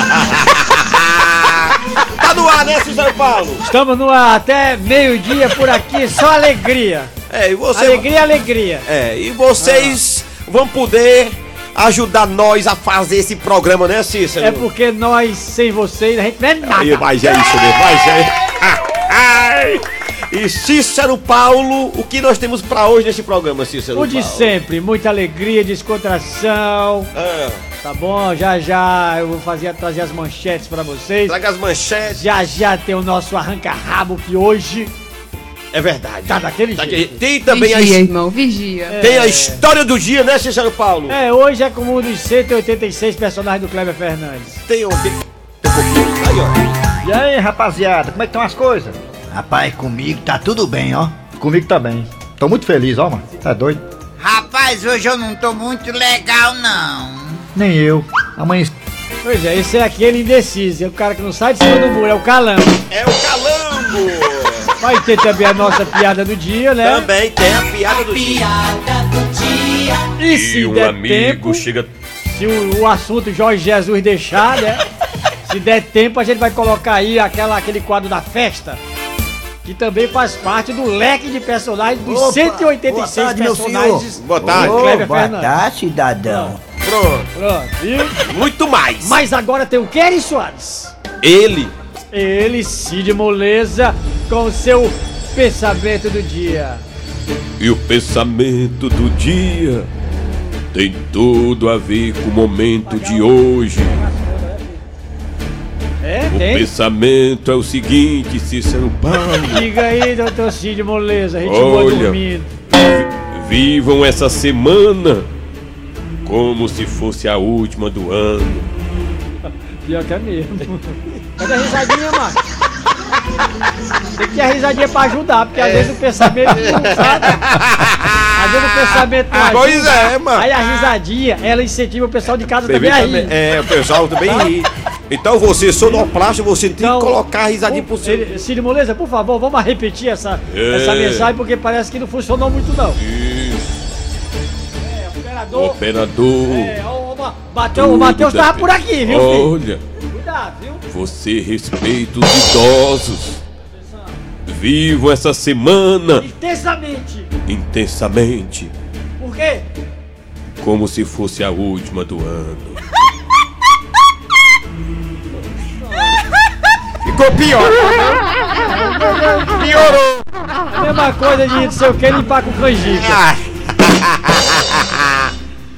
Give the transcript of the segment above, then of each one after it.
Tá no ar, né, Cícero Paulo? Estamos no ar até meio-dia por aqui, só alegria. É, e você... Alegria, Ah. alegria. É, e vocês vão poder ajudar nós a fazer esse programa, né, Cícero? É porque nós, sem vocês, a gente não é Aí, nada. mas é isso mesmo, mas é... Ai! E Cícero Paulo, o que nós temos pra hoje nesse programa, Cícero O de Paulo? sempre, muita alegria, descontração, Ah, tá bom? Já já eu vou fazer, trazer as manchetes pra vocês. traga as manchetes. Já já tem o nosso arranca-rabo que hoje É verdade. tá daquele Tá aqui. jeito. Tem também a, vigia, his- irmão, É. vigia. tem a história do dia, né, Cícero Paulo? É, hoje é como um dos 186 personagens do Kleber Fernandes. Tem um. Tem... tem um pouquinho. Aí, E aí, rapaziada, como é que estão as coisas? Rapaz, comigo tá tudo bem, ó. Comigo tá bem. Tô muito feliz, ó, mano. Tá doido? Rapaz, hoje eu não tô muito legal, não. Nem eu. Amanhã. Pois é, esse é aquele indeciso, é o cara que não sai de cima do muro, é o calango. ó. É o calango! Vai ter também a nossa piada do dia, né? É? também tem a piada do dia. E se um der tempo, chega. se o, o assunto Jorge Jesus deixar, né? se der tempo, a gente vai colocar aí aquela, aquele quadro da festa, que também faz parte do leque de personagens, dos Opa, 186 boa tarde, meu personagens. Boa tarde. Ô, Kleber boa Fernandes. tarde, cidadão. Pronto. Pronto, viu? Muito mais. Mas agora tem o Kerry Soares. Ele. Ele, Cid Moleza, com o seu pensamento do dia. E o pensamento do dia tem tudo a ver com o momento de hoje. É, O tem? pensamento é o seguinte, Cícero Paulo. Diga aí, doutor Cid Moleza, a gente Olha. boa dormindo. Vivam essa semana como se fosse a última do ano. Pior que é mesmo. Cadê a risadinha, mano? Tem que ter a risadinha pra ajudar, porque às vezes o pensamento não sabe. Às vezes o pensamento não Ah, ajuda. Pois é, mano. Aí a risadinha, ela incentiva o pessoal de casa também a rir. É, o pessoal também ri. Então você, sonoplasta, você tem Então, que colocar a risadinha por cima. Cid- Cid Moleza, por favor, vamos repetir essa, É. essa mensagem, porque parece que não funcionou muito, não. Isso, Operador, operador. é, ó, ó, bateu, o Matheus tudo tava bem. por aqui, viu, filho? Olha, Cuidado, viu? você respeita os idosos. Vivam essa semana Intensamente. intensamente Por quê? como se fosse a última do ano. Ficou pior. Piorou. A mesma coisa de não sei o que limpar com canjica. Ah.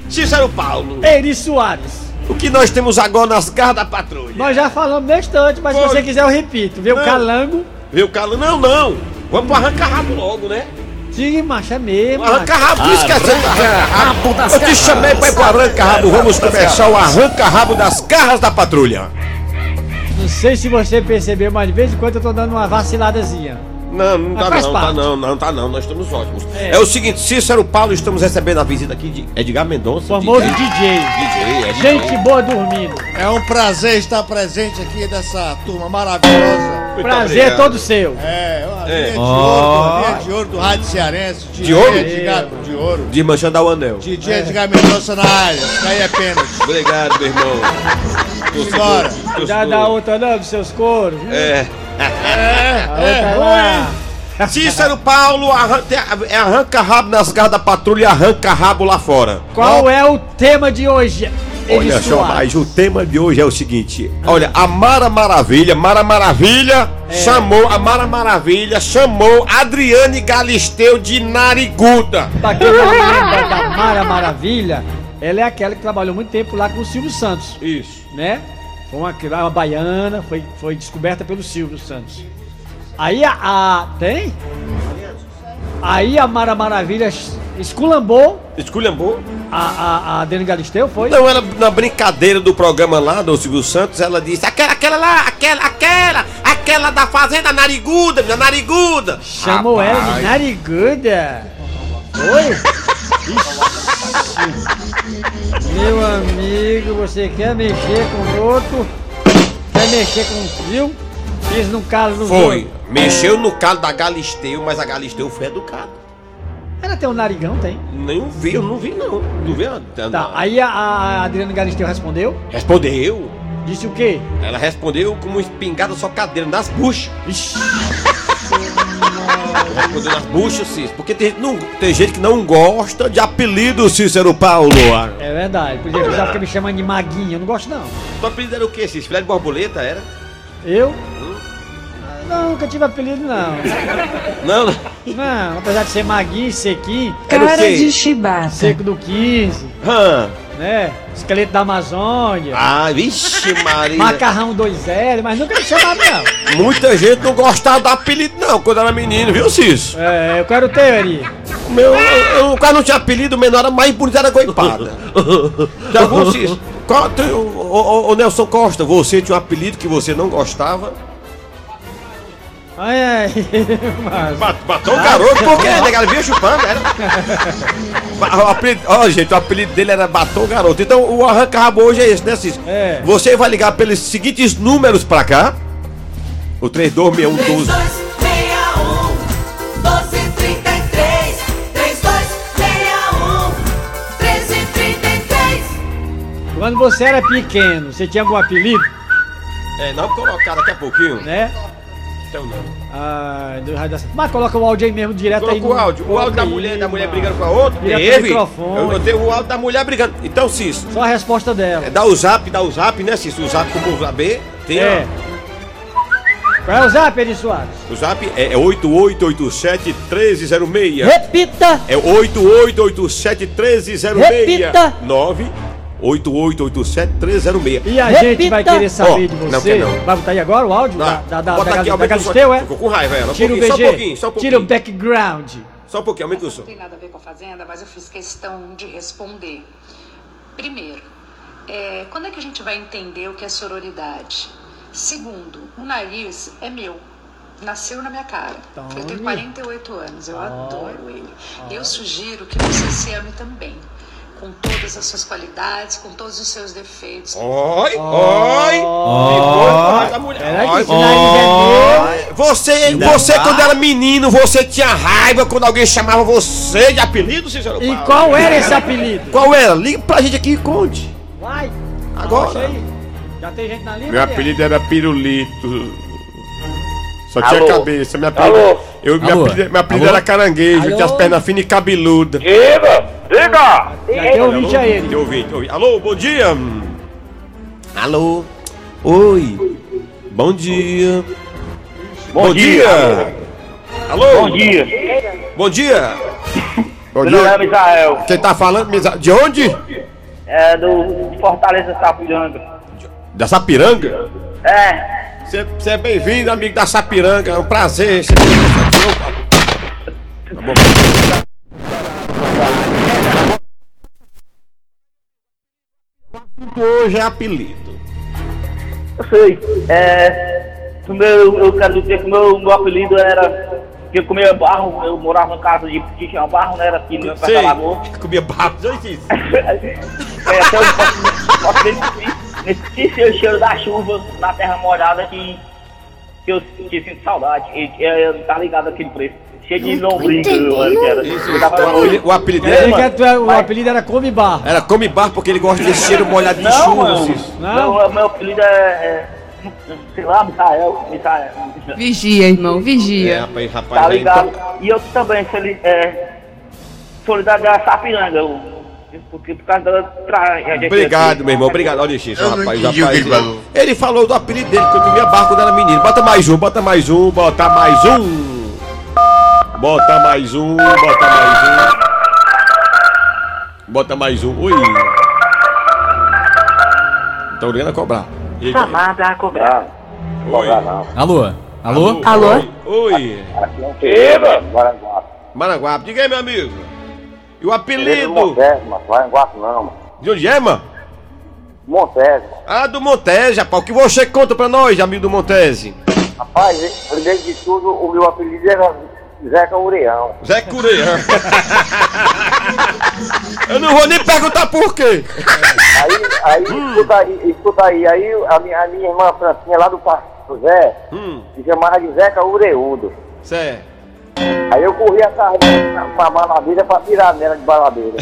Cícero Paulo, Eri Soares. o que nós temos agora nas garras da patrulha? Nós já falamos bastante, mas se Foi. você quiser eu repito. Viu? Não. Calango. Viu, Calo? Não, não. Vamos pro arranca-rabo logo, né? Sim, macha mesmo. macho. Arranca-rabo, por isso que é sempre arranca-rabo. Eu te chamei pra ir pro arranca-rabo. Vamos começar o arranca-rabo das garras da patrulha. Não sei se você percebeu, mas de vez em quando eu tô dando uma vaciladazinha. Não, não Mas tá faz não, tá parte. não, não tá não, nós estamos ótimos. É, É. o seguinte, Cícero Paulo, estamos recebendo a visita aqui de Edgar Mendonça. Famoso DJ, DJ. DJ, é Gente boa dormindo. É um prazer estar presente aqui dessa turma maravilhosa. Muito Prazer obrigado. todo seu. É, uma É. linha de ouro, uma linha de ouro do Rádio Cearense. DJ De ouro? É. Edgar- de ouro. Desmanchando ao anel. DJ Edgar Mendonça na área. Isso aí é pênalti. Obrigado, meu irmão. Simbora. Torcedor, Cuidado da torcedor. outra não, dos seus coros. viu? É, A outra lá. Cícero Paulo arranca, é, arranca rabo nas garras da patrulha e arranca rabo lá fora. Qual é o tema de hoje? Olha só, mas Soares? o tema de hoje é o seguinte: olha, a Mara Maravilha, Mara Maravilha chamou, a Mara Maravilha chamou Adriane Galisteu de nariguda. Pra quem não lembra da Mara Maravilha, ela é aquela que trabalhou muito tempo lá com o Silvio Santos, Isso. né? Foi uma, uma baiana, foi, foi descoberta pelo Silvio Santos. Aí a, a- Tem? Aí a Mara Maravilha es- esculambou Esculhambou? a, a, a Adriana Galisteu, foi? Então ela, na brincadeira do programa lá do Silvio Santos, ela disse: aquela, aquela lá, aquela, aquela, aquela da Fazenda Nariguda, minha nariguda. Chamou ela de nariguda. Oi? Ixi. Meu amigo, você quer mexer com o outro? Quer mexer com o fio? Fiz num calo no Ah, Foi. joelho. Mexeu no calo da Galisteu, mas a Galisteu foi educada. Ela tem um narigão, tem. Não vi, eu não vi não. Não vi nada. Tá, aí a, a Adriana Galisteu respondeu. Respondeu. Disse o quê? Ela respondeu com uma espingarda só cadeira nas buchas. Ixi. Respondeu nas buchas, Cícero. Porque tem, gente não, tem gente que não gosta de apelido, Cícero Paulo. É verdade. Por exemplo, já fica me chamando de maguinha. Eu não gosto, não. Teu apelido era o quê, Cícero? Filé de borboleta, era? Eu? Não, nunca tive apelido, não. Não, não. Não, apesar de ser maguinho, sequinho, Era o Cara quê? de chibata. seco do 15. Hã. né? Esqueleto da Amazônia, Ah, né? vixe Maria. macarrão 2L, mas nunca me chamaram, não. Muita gente não gostava do apelido não, quando era menino, viu, Cícero? É, eu quero teoria. Meu, eu, eu, o cara não tinha apelido, o menor era mais bonito, era goipada. Já vou, Cícero. Qual, tem- ô, ô, ô, Nelson Costa, você tinha um apelido que você não gostava? Ai, ai, mas... Batom um garoto, por quê? Negado vinha chupando, é? era. Ba- o apelido- Ó, gente, o apelido dele era Batom Garoto. Então o arranca-rabo hoje é esse, né, Cícero? É. Você vai ligar pelos seguintes números pra cá: o 326112. 3261-1233 3261-1333 Quando você era pequeno, você tinha algum apelido, É, não colocar daqui a pouquinho. né? Então não. Ai, Deus, vai dar certo. Mas coloca o áudio aí mesmo, direto aí. Coloca no- o áudio. O Coloca áudio da um aí, mulher, da mulher mano. brigando com a outra. Direto no Teve. microfone. Eu botei o áudio da mulher brigando. Então, Cícero, Só a resposta dela. é, dá o zap, dá o zap, né, Cícero? O zap como o B. Tem, É. ó. Qual é o zap, Eri Soares? O zap é, é 8887 1306. Repita! É 8887-1306. Repita. 98887-1306. E a gente vai querer saber Ó, de não você. quer não. Vai botar aí agora o áudio Tá. da, da, da, Bota da, aqui, aumenta o da, da som. Galisteu, é? Ficou com raiva ela. Um Tira o pouquinho, só VG, um pouquinho, só um tira o pouquinho. background. Só um pouquinho, aumenta o som. Não tem nada a ver com a Fazenda, mas eu fiz questão de responder. Primeiro, é, quando é que a gente vai entender o que é sororidade? Segundo, o nariz é meu. Nasceu na minha cara. Eu tenho 48 anos, eu adoro ele. Eu sugiro que você se ame também. Com todas as suas qualidades, com todos os seus defeitos. Oi, oi. Peraí, que Oi. esse nariz é meu. Você, você quando era menino, você tinha raiva quando alguém chamava você de apelido, Cícero E Paulo? qual era esse apelido? Qual era? Liga pra gente aqui e conte. Vai! Agora. Arrocha aí. Já tem gente na linha? Meu Adriano? apelido era Pirulito. Só tinha cabeça. Minha apelido, Eu, minha apelido, minha apelido era caranguejo. Eu tinha as pernas finas e cabeluda. Já tem ouvinte a ele. Tem ouvinte, ouvinte. Alô, bom dia. Alô. Oi. Bom dia. Bom, dia. Alô. Bom dia. é Bom dia. Bom dia. Israel. Quem tá falando? Misa- De onde? É do Fortaleza Sapiranga. Da Sapiranga? É, Você é bem-vindo, amigo da Sapiranga. É um prazer. Cê- Tá bom. Tá Hoje é apelido. eu sei. É, o meu, eu quero dizer que o meu, meu apelido era. que Eu comia barro, eu morava em casa de que tinha barro, né? Era aqui no Sei. Lagoa. Comia barro, já disse. É, até eu posso, posso sentir- sentir o cheiro da chuva na terra molhada que, que eu que eu sinto saudade. E, é, é, tá ligado aquele preço. Cheio de lombriga, eu acho que era. Eu tava O apeli- doido. O apelido Quer dizer dele que a tua- o apelido era Come Bar. era Come Bar porque ele gosta de cheiro molhado de Não, chuva. assim. mano. Cícero. Não? Meu, meu apelido é, é sei lá, Micael. Micael. Vigia, irmão, vigia. É, rapaz, rapaz, tá aí, ligado? então- E eu também, soli- é, solidário da Sapiranga, eu- porque por causa dela trai. a gente Obrigado, aqui. meu irmão. Obrigado. Olha, Xixi, Eu não rapaz. entendi o rapaz, que ele falou. Ele falou do apelido dele, que eu comia barco dela, menino. Bota mais um, bota mais um, bota mais um. Bota mais um, bota mais um. Bota mais um. Ui. Estão ligando a cobrar. Eita. Chamada a cobrar. Oi. Alô? Alô? Alô? então, Oi. Eba! Maranguape. Maranguape. Diga aí, meu amigo. E o apelido? É, Maranguape não, mano. De onde é, mano? Montese. Ah, do Montese, rapaz. O que você conta pra nós, amigo do Montese? Rapaz, primeiro de tudo, o meu apelido era Zeca Ureão. Zé Cureia. Eu não vou nem perguntar por quê. Aí, aí, Hum. escuta aí, escuta aí. Aí a minha, a minha irmã Francinha lá do Pastor Zé Hum. se chamava de Zeca Ureudo. Certo. Aí eu corri atrás dela pra baladeira pra tirar nela de baladeira.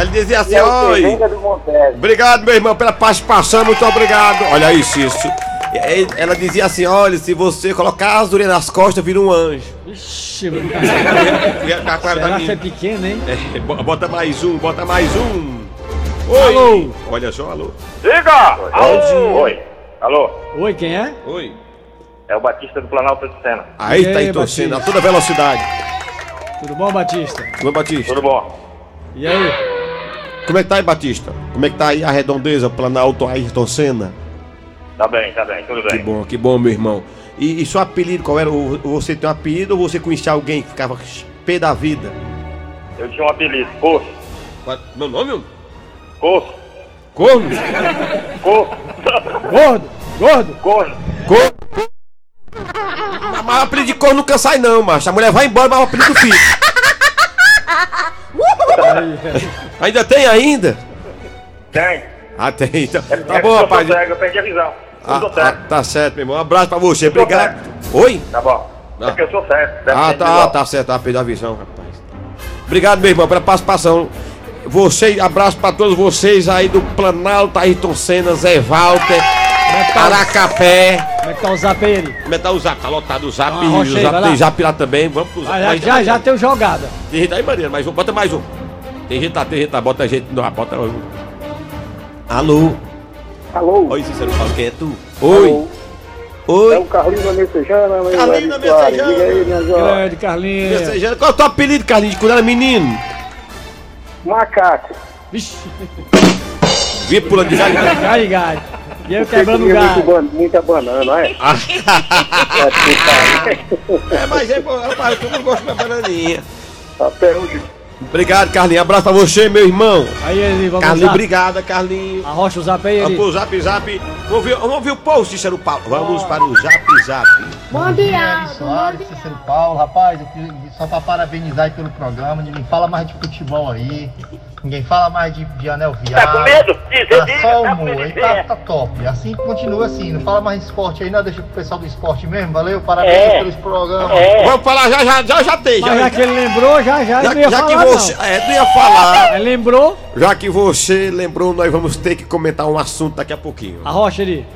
Ele dizia assim, E aí, tem oi. venda do Montese. Obrigado, meu irmão, pela participação, muito obrigado. Olha aí, Cício. E aí, Ela dizia assim, olha, se você colocar a azurinha nas costas, vira um anjo. Ixi, mano. Será que é pequeno, hein? bota mais um, bota mais um. Oi. Olha só, alô. Diga! Alô! Oi. Alô? Oi, quem é? Oi. É o Batista do Planalto de Sena. Aí E tá aí, aí torcendo a Batista? toda velocidade. Tudo bom, Batista? Oi, Batista. Tudo bom? E aí? Como é que tá aí, Batista? Como é que tá aí a redondeza, o Planalto Ayrton Senna? Tá bem, tá bem, tudo Que bom, que bom, meu irmão. E, e seu apelido, qual era? O- Você tem um apelido ou você conhecia alguém que ficava pé da vida? Eu tinha um apelido, Corso. Meu nome? Corso. Corno? Corso. Gordo! Gordo! Corno. Corno? Mas, mas o apelido de corno nunca sai não, macho. A mulher vai embora, mas o apelido fica. ainda tem ainda? Tem. Ah, tem. Então. Tá É bom, porque rapaz. Eu, sou cego, eu perdi a visão. Ah, Eu sou ah, cego. tá certo, meu irmão. Um abraço pra você. Eu sou Obrigado. Oi? Tá bom. É porque eu sou cego. deve Ah, ter tá, visão. tá certo, tá, perdeu a visão, rapaz. Obrigado, meu irmão, pela participação. Você, abraço pra todos vocês aí do Planalto, Ayrton Senna, Zé Walter, Aracapé. Como é que tá o zap aí? Eri? Metal Zap, tá lotado o Zap, Ah, o arrocha Zap aí, vai tem lá. Zap lá também. Vamos pro Zap. Ah, já, Mas- já, já tem jogada. Tem gente aí, Mariana, mais um, bota mais um. Tem gente lá, tem gente lá, bota gente lá, bota um. Alô? tá. Alô? Oi, Cícero Paulo, quem é tu? Oi? É o Carlinho da Messejana, meu Carlinho amigo da Soares. Messejana. Diga aí, minha joia. Carlinhos. Messejana. Qual é o teu apelido, Carlinhos, quando era menino? Macaco. Vixe. Vi pulando de galho. Gai, gai. E eu Você quebrando o comia galho. muito ban- Muita banana, não é? É, mas é, pô, rapaz, eu não gosto da bananinha. Tá Até hoje. Obrigado, Carlinhos. Abraço pra você, meu irmão. Aí, Eli, vamos Carlinhos, usar. obrigado, Carlinhos. Arrocha o zap aí, Vamos Eli. pro zap, zap. Vamos ver, vamos ver o post, Cícero Paulo. Vamos para o zap, zap. Bom dia, Soares, Cícero Paulo. Rapaz, eu queria só pra parabenizar aí pelo programa. Ninguém fala mais de futebol aí. Ninguém fala mais de, de anel viado. Tá com medo? Diz, eu Tá digo, só tá com humor. medo de Aí tá, ver. tá top. Assim continua assim. Não fala mais de esporte aí, não. Deixa pro pessoal do esporte mesmo. Valeu, parabéns É. pelos programas. Vamos falar já, já, já, já tem. Mas já que ele lembrou, já, já, Já, não ia já que falar, não. você. É, tu ia falar. Mas lembrou? Já que você lembrou, nós vamos ter que comentar um assunto daqui a pouquinho. Arrocha, Eli.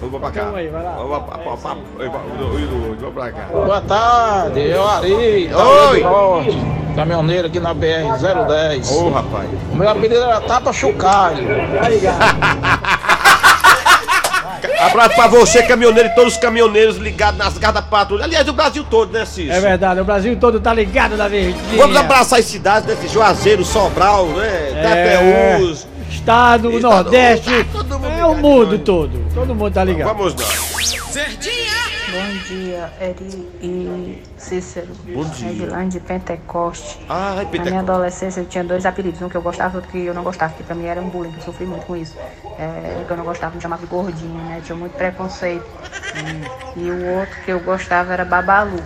Vamos pra cá. Então aí, vai lá. Vamos pra- pra- pra- vamos pra cá. Boa tarde, eu Ari, da Oi. Oi. do Norte, caminhoneiro aqui na BR-010. Ô, rapaz. O meu apelido era Tapa Chocalho. Abraço pra você, caminhoneiro, e todos os caminhoneiros ligados nas garras da patrulha. Aliás, o Brasil todo, né, Cício? É verdade, o Brasil todo tá ligado na verdinha. Vamos abraçar as cidades, né? Cício? Juazeiro, Sobral, né? É. Tepeús. Estado, Nordeste, é o mundo todo. Todo mundo tá ligado. Vamos nós. Bom dia, Eri e Cícero. Bom dia. Edilane de Pentecoste. Ai, Na minha Pentecoste. adolescência eu tinha dois apelidos, um que eu gostava e outro que eu não gostava, porque pra mim era um bullying, eu sofri muito com isso. É, o que eu não gostava me chamava de gordinho, né? Tinha muito preconceito. E, e o outro que eu gostava era Babalu.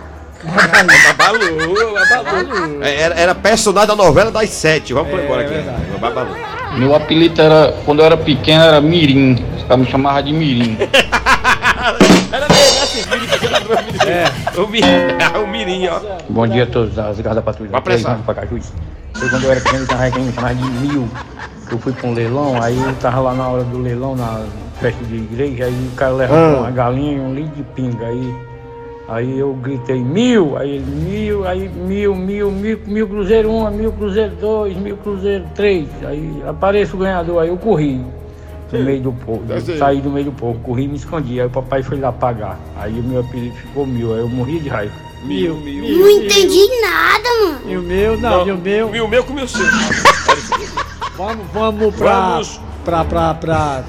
Babalu, Babalu. É, Era, era personagem da novela das sete. Vamos É por embora aqui. Babalu. Meu apelido era, quando eu era pequeno, era Mirim. Os caras me chamavam de Mirim. É. O, mi, o Mirim, ó. Bom dia a todos das Garda Patrulha. Vai apressar. Três anos pra cá, juiz. Eu, quando eu era pequeno, eu tinha uma regra que me chamava de Mil. Eu fui pra um leilão, aí eu tava lá na hora do leilão, na festa de igreja, aí o cara levantou Ah. uma galinha e um litro de pinga. Aí, aí eu gritei mil, aí ele mil, aí mil, mil, mil, mil cruzeiro um, mil cruzeiro dois, mil cruzeiro três. Aí aparece o ganhador, aí eu corri no meio do povo. Eu Desenho. saí do meio do povo, corri e me escondi. Aí o papai foi lá pagar. Aí o meu apelido ficou mil, aí eu morri de raiva. Mil, mil. Não entendi nada, mano. E o meu, não, e o meu. E o meu comeu seu. Vamos, vamos pra. Vamos. Pra, pra, pra.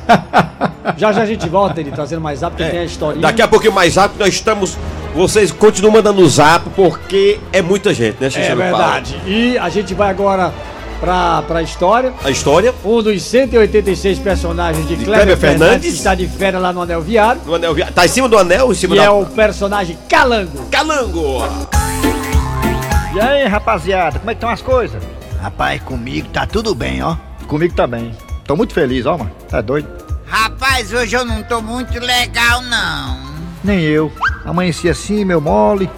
já já a gente volta, ele trazendo mais rápido, porque tem a historinha. Daqui a pouquinho mais rápido nós estamos. Vocês continuam mandando o zap porque é muita gente, né, Xixi É do Paulo? verdade. E a gente vai agora pra, pra história. A história. Um dos 186 personagens de, De Kleber, Kleber Fernandes, Fernandes. que está de férias lá no Anel Viário. No anel via- Tá em cima do anel, em cima E da. é o personagem Calango. Calango! E aí, rapaziada, como é que estão as coisas? Rapaz, comigo tá tudo bem, ó. Comigo tá bem. Tô muito feliz, ó, mano. Tá doido? Rapaz, hoje eu não tô muito legal, não. Nem eu. Amanheci assim, meu mole.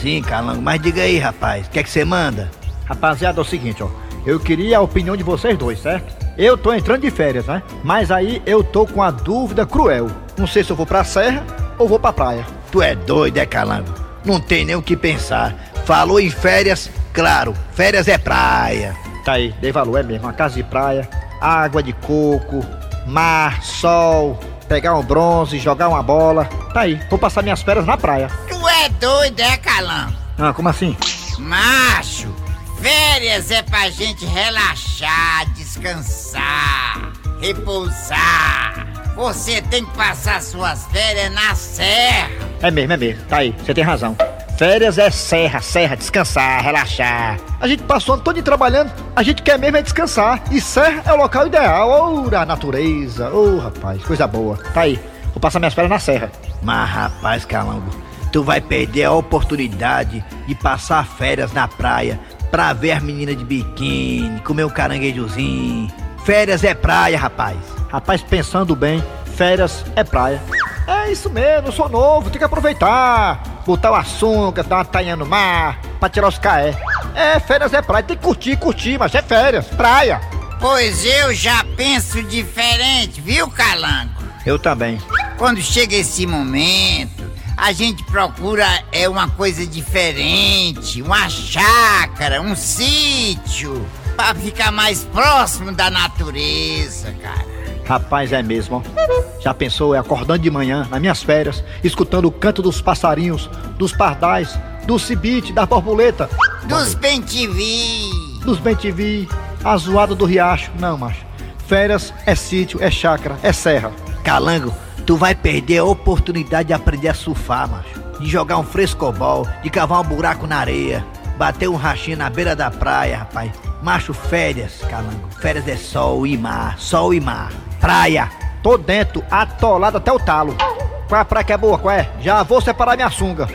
Sim, Calango, mas diga aí, rapaz, o que é que você manda? Rapaziada, é o seguinte, ó. Eu queria a opinião de vocês dois, certo? Eu tô entrando de férias, né? Mas aí eu tô com a dúvida cruel. Não sei se eu vou pra serra ou vou pra praia. Tu é doido, é calango? Não tem nem o que pensar. Falou em férias, claro, férias é praia. Tá aí, dei valor, é mesmo. Uma casa de praia, água de coco, mar, sol, pegar um bronze, jogar uma bola. Tá aí, vou passar minhas férias na praia. Tu é doido, é calango? Ah, como assim? Macho, férias é pra gente relaxar, descansar, repousar. Você tem que passar suas férias na serra. É mesmo, é mesmo. Tá aí, você tem razão. Férias é serra, serra, descansar, relaxar. A gente passou o ano todo dia trabalhando, a gente quer mesmo é descansar. E serra é o local ideal. Ora, a natureza. Ô, rapaz, coisa boa. Tá aí, vou passar minhas férias na serra. Mas rapaz, calango, tu vai perder a oportunidade de passar férias na praia pra ver as meninas de biquíni, comer um caranguejozinho. Férias é praia, rapaz. Rapaz, pensando bem, férias é praia. É isso mesmo, eu sou novo, tem que aproveitar. Botar uma sunga, dar uma tainha no mar, pra tirar os caé. É, férias é praia, tem que curtir, curtir, mas é férias, praia. Pois eu já penso diferente, viu, calango? Eu também. Quando chega esse momento, a gente procura é uma coisa diferente, uma chácara, um sítio, pra ficar mais próximo da natureza, cara. Rapaz, é mesmo, ó. Já pensou, eu acordando de manhã, nas minhas férias, escutando o canto dos passarinhos, dos pardais, do cibite, da borboleta, Dos bentivis. dos bentivi, a zoada do riacho. Não, macho. Férias é sítio, é chácara, é serra. Calango, tu vai perder a oportunidade de aprender a surfar, macho. De jogar um frescobol, de cavar um buraco na areia, bater um rachinho na beira da praia, rapaz. Macho, férias, calango. Férias é sol e mar, sol e mar. Praia. Tô dentro, atolado até o talo. Qual é a praia que é boa, qual é? Já vou separar minha sunga.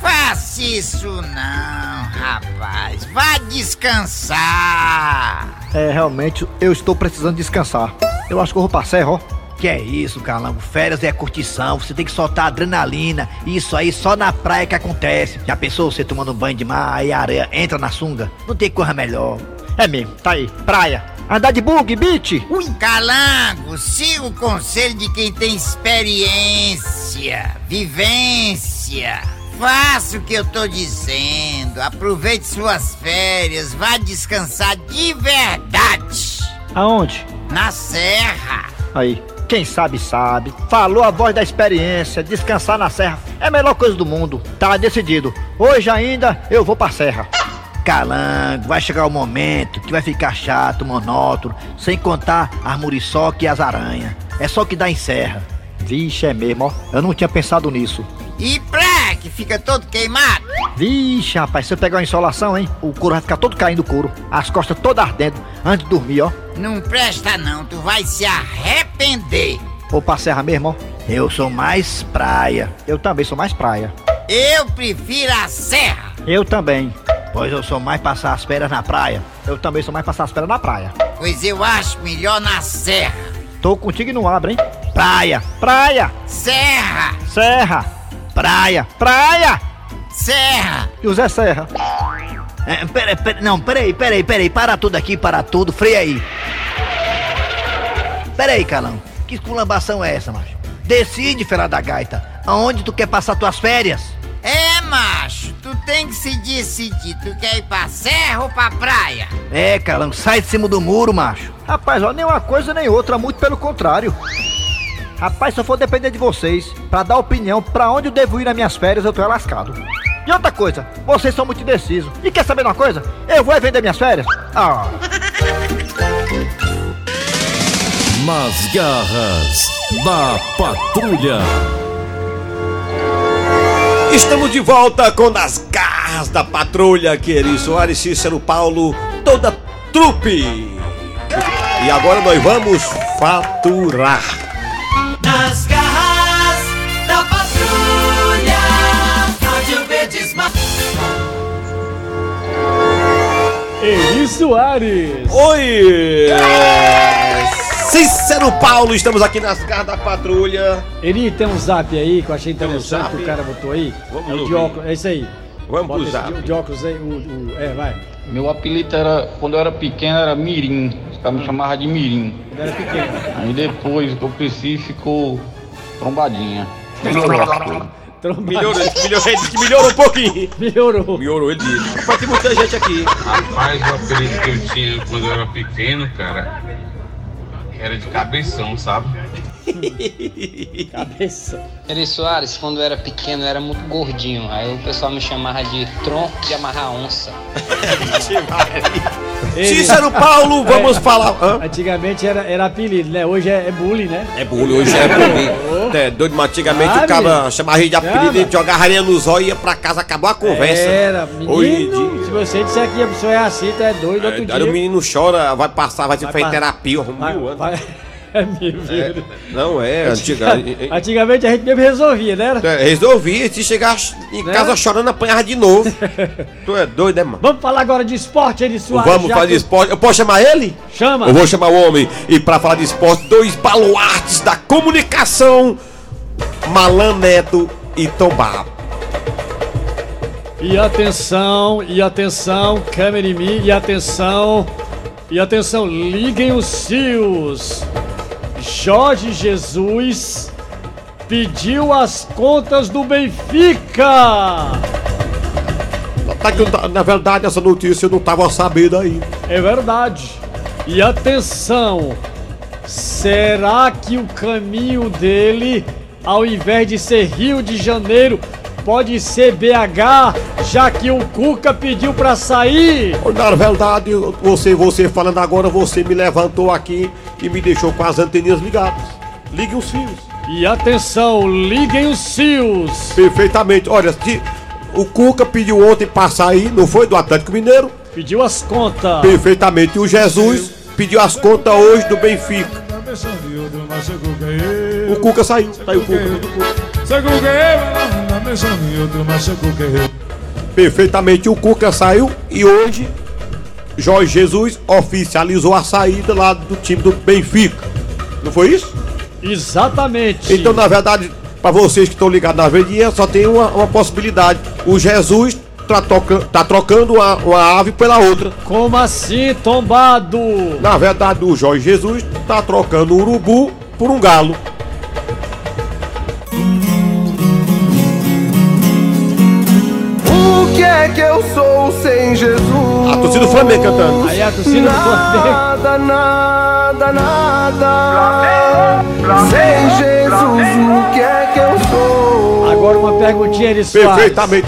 Faça isso não, rapaz. Vá descansar. É, realmente, eu estou precisando descansar. Eu acho que eu vou pra serra, ó. Que é isso, Calango? Férias é curtição, você tem que soltar adrenalina. Isso aí só na praia que acontece. Já pensou você tomando banho de mar, aí a areia entra na sunga? Não tem coisa melhor. É mesmo, tá aí, praia. Andar de bug, beach. Ui, Calango, siga o conselho de quem tem experiência, vivência. Faça o que eu tô dizendo. Aproveite suas férias, vá descansar de verdade. Aonde? Na serra. Aí, quem sabe, sabe. Falou a voz da experiência. Descansar na serra é a melhor coisa do mundo. Tá decidido. Hoje ainda eu vou pra serra. Calango, vai chegar o momento que vai ficar chato, monótono, sem contar as muriçoca e as aranhas. É só que dá em serra. Vixe, é mesmo, ó. Eu não tinha pensado nisso. E praia, que fica todo queimado. Vixe, rapaz, se eu pegar uma insolação, hein? O couro vai ficar todo caindo couro. As costas todas ardendo antes de dormir, ó. Não presta não, tu vai se arrepender. Vou pra serra mesmo, ó. Eu sou mais praia. Eu também sou mais praia. Eu prefiro a serra. Eu também. Pois eu sou mais passar as férias na praia. Eu também sou mais passar as férias na praia. Pois eu acho melhor na serra. Tô contigo e não abre, hein? Praia, praia, Serra, serra, praia, praia, serra. José Serra. É, peraí, peraí, não, peraí, peraí, peraí, para tudo aqui, para tudo, freia aí. Pera aí, Calão. Que esculambação é essa, macho? Decide, fera da gaita. Aonde tu quer passar tuas férias? É, macho, tu tem que se decidir. Tu quer ir pra serra ou pra praia? É, Calão, sai de cima do muro, macho. Rapaz, ó, nem uma coisa nem outra, muito pelo contrário. Rapaz, se eu for depender de vocês pra dar opinião pra onde eu devo ir nas minhas férias, eu tô lascado. E outra coisa, vocês são muito indecisos. E quer saber de uma coisa? Eu vou é vender minhas férias? Ah. Nas garras da patrulha. Estamos de volta com Nas garras da patrulha, Queri Soares, Cícero Paulo, toda trupe. E agora nós vamos faturar. Nas garras da patrulha, Rádio Petisma. Eri Soares. Oi! Cícero Paulo, estamos aqui nas garras da patrulha. Eri, tem um zap aí que eu achei um interessante zap? que o cara botou aí. Vamos é, o de ouvir. óculos, é isso aí. Vamos pro Bota esse zap. de- De óculos aí, o- o- é, vai. Meu apelido era, quando eu era pequeno, era Mirim. Os caras me chamavam de Mirim. Era pequeno. Aí depois que eu cresci, ficou trombadinha. Melhorou, melhorou, ele disse que melhorou um pouquinho. Melhorou. Melhorou, ele disse. Rapaz, tem muita gente aqui. Rapaz, o apelido que eu tinha quando eu era pequeno, cara, era de cabeção, sabe? Cabeça. Eri Soares, quando eu era pequeno, eu era muito gordinho. Aí o pessoal me chamava de tronco de amarrar onça. Cícero Paulo, vamos falar. Antigamente era, era apelido, né? Hoje é, é bullying, né? É bullying, hoje é bullying. É, doido, mas antigamente Uhum. Ah, o cara menino. chamava a gente de apelido, Chama. ele jogava areia nos olhos e ia pra casa, acabou a conversa. Era, Hoje em menino. Se você disser que a pessoa é assim, tu é doido, outro Aí o dia. um menino chora, vai passar, vai, se Vai fazer pa- terapia, arruma mil anos. É mil vezes. Não é, antiga. Antiga- Antigamente a gente mesmo resolvia, né? Era- é, Resolvi, se chegar em Né? casa chorando, apanhava de novo. tu é doido, é, mano? Vamos falar agora de esporte, Eri Soares. Vamos já fazer que- esporte. Eu posso chamar ele? Chama. Eu vou chamar o homem. E pra falar de esporte, dois baluartes da comunicação: Malan Neto e Tombá. E atenção, e atenção, câmera em mim, e atenção, e atenção, liguem os fios. Jorge Jesus pediu as contas do Benfica. Tá que eu tá- na verdade, essa notícia eu não tava sabendo ainda. É verdade. E atenção, será que o caminho dele, ao invés de ser Rio de Janeiro, pode ser BH, já que o Cuca pediu pra sair? Na verdade, você, você falando agora, você me levantou aqui e me deixou com as anteninhas ligadas. Ligue os fios. E atenção, liguem os fios. Perfeitamente. Olha, se- o Cuca pediu ontem pra sair, não foi? Do Atlético Mineiro. Pediu as contas. Perfeitamente. E o Jesus pediu as contas hoje do Benfica. O Cuca saiu. Tá aí o Cuca. Perfeitamente. O Cuca saiu e hoje Jorge Jesus oficializou a saída lá do time do Benfica. Não foi isso? Exatamente. Então, na verdade, pra vocês que estão ligados na verdinha, só tem uma, uma possibilidade. O Jesus tá, troca- tá trocando uma, uma ave pela outra. Como assim, tombado? Na verdade, o Jorge Jesus tá trocando um urubu por um galo. O que é que eu sou sem Jesus? é A torcida do Flamengo cantando. Aí a torcida do Flamengo. Nada, nada, nada. Sem Jesus, o que é que eu sou? Agora uma perguntinha, Eri Soares. Perfeitamente.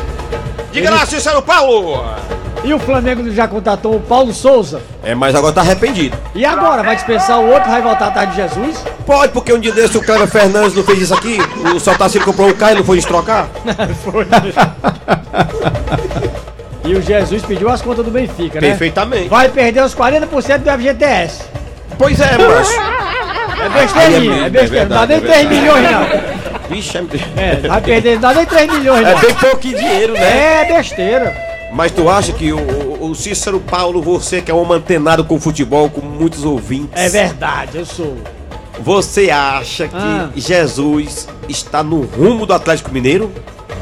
Diga lá, Cícero Paulo! E o Flamengo já contratou o Paulo Souza? É, mas agora tá arrependido. E agora? Vai dispensar o outro, vai voltar atrás de Jesus? Pode, porque um dia desse o Cleber Fernandes não fez isso aqui, o Saltacir comprou o carro e não foi destrocar? Foi. e o Jesus pediu as contas do Benfica, né? Perfeitamente. Vai perder os 40% do FGTS. Pois é, macho. É besteirinha, é, besteira. não dá nem 3 milhões, não. Vixe, é... É, vai perder, não dá nem 3 milhões, É não. bem pouco dinheiro, né? É besteira. Mas tu acha que o, o- o Cícero Paulo, você que é um homem antenado com futebol, com muitos ouvintes, É verdade, eu sou. você acha que Ah. Jesus está no rumo do Atlético Mineiro?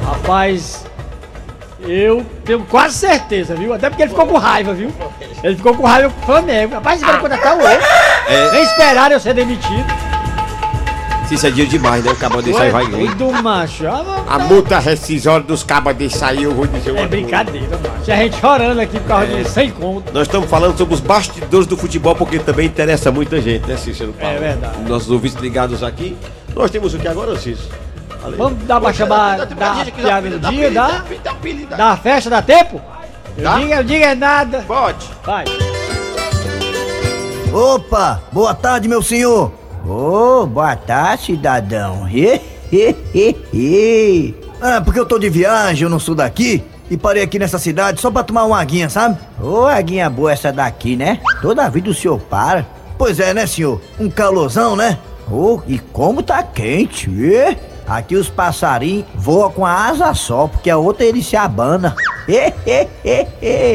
Rapaz, eu tenho quase certeza, viu? Até porque ele ficou com raiva, viu? Ele ficou com raiva com o Flamengo. Rapaz, esse cara contratar o outro. É. Nem esperaram eu ser demitido. Se isso é dinheiro demais, né? O cabo desse aí vai E do macho. Ah, A multa rescisória dos cabos desse aí, eu vou dizer uma É brincadeira, macho. A gente chorando aqui por causa É. de sem conta. Nós estamos falando sobre os bastidores do futebol, porque também interessa muita gente, né, Cícero Paulo? É verdade. Nossos ouvintes ligados aqui. Nós temos o que agora, Cícero? Fala aí. Vamos dar uma chamada da piada do dia, da, da festa, dá tempo? Eu diga, eu diga é nada. Pode. Vai. Opa, boa tarde, meu senhor. Ô, boa tarde, cidadão. He, he, he, he. Ah, porque eu tô de viagem, eu não sou daqui. E parei aqui nessa cidade só pra tomar uma aguinha, sabe? Ô, aguinha boa essa daqui, né? Toda vida o senhor para. Pois é, né, senhor? Um calorzão, né? Ô, e como tá quente. Ê, aqui os passarinhos voam com a asa só, porque a outra ele se abana. He, he, he,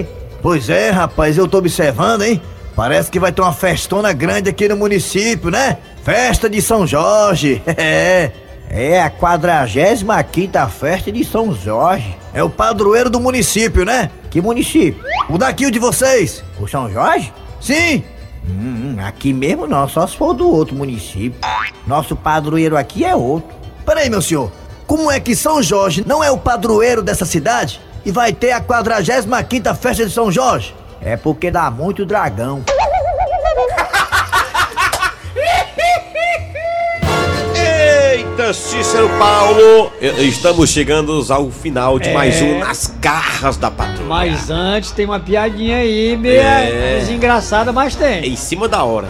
he. Pois é, rapaz, eu tô observando, hein? Parece que vai ter uma festona grande aqui no município, né? Festa de São Jorge. É, é a 45ª Festa de São Jorge. É o padroeiro do município, né? Que município? O daqui, o de vocês. O São Jorge? Sim. Hum, aqui mesmo não, só se for do outro município. Nosso padroeiro aqui é outro. Peraí, meu senhor, como é que São Jorge não é o padroeiro dessa cidade e vai ter a 45ª festa de São Jorge? É porque dá muito dragão. Eita, Cícero Paulo! E- Estamos chegando ao final de mais É. um Nas Garras da Patrulha. Mas antes tem uma piadinha aí, meia É. desengraçada, mas tem. Em cima da hora.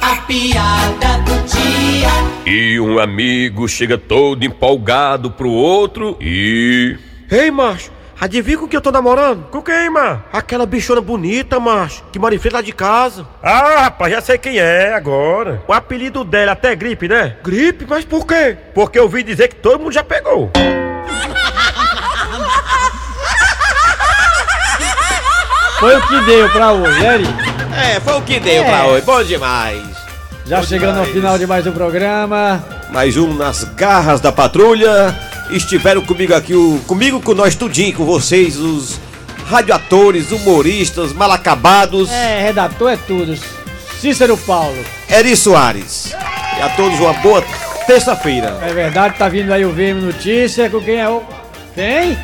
A piada do dia. E um amigo chega todo empolgado pro outro e. Ei, macho, adivinha com que eu tô namorando? Com quem, macho? Aquela bichona bonita, macho, que mora em frente lá de casa. Ah, rapaz, já sei quem é agora. O apelido dela até é gripe, né? Gripe? Mas por quê? Porque eu ouvi dizer que todo mundo já pegou. Foi o que deu pra hoje, Eri. É, foi o que deu É. pra hoje. Bom demais. Já Bom chegando ao demais. final de mais um programa. Mais um Nas Garras da Patrulha. Estiveram comigo aqui, o, comigo, com nós tudinho, com vocês, os radioatores, humoristas, malacabados. É, redator é tudo. Cícero Paulo. Eri Soares. E a todos uma boa terça-feira. É verdade, tá vindo aí o VM Notícia com quem é o. Quem?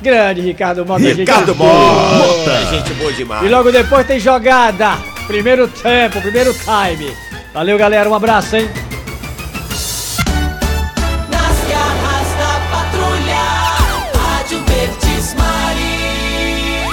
Grande Ricardo Mota. Ricardo gente boa. Mota. Gente boa demais. E logo depois tem jogada. Primeiro tempo, primeiro time. Valeu, galera. Um abraço, hein?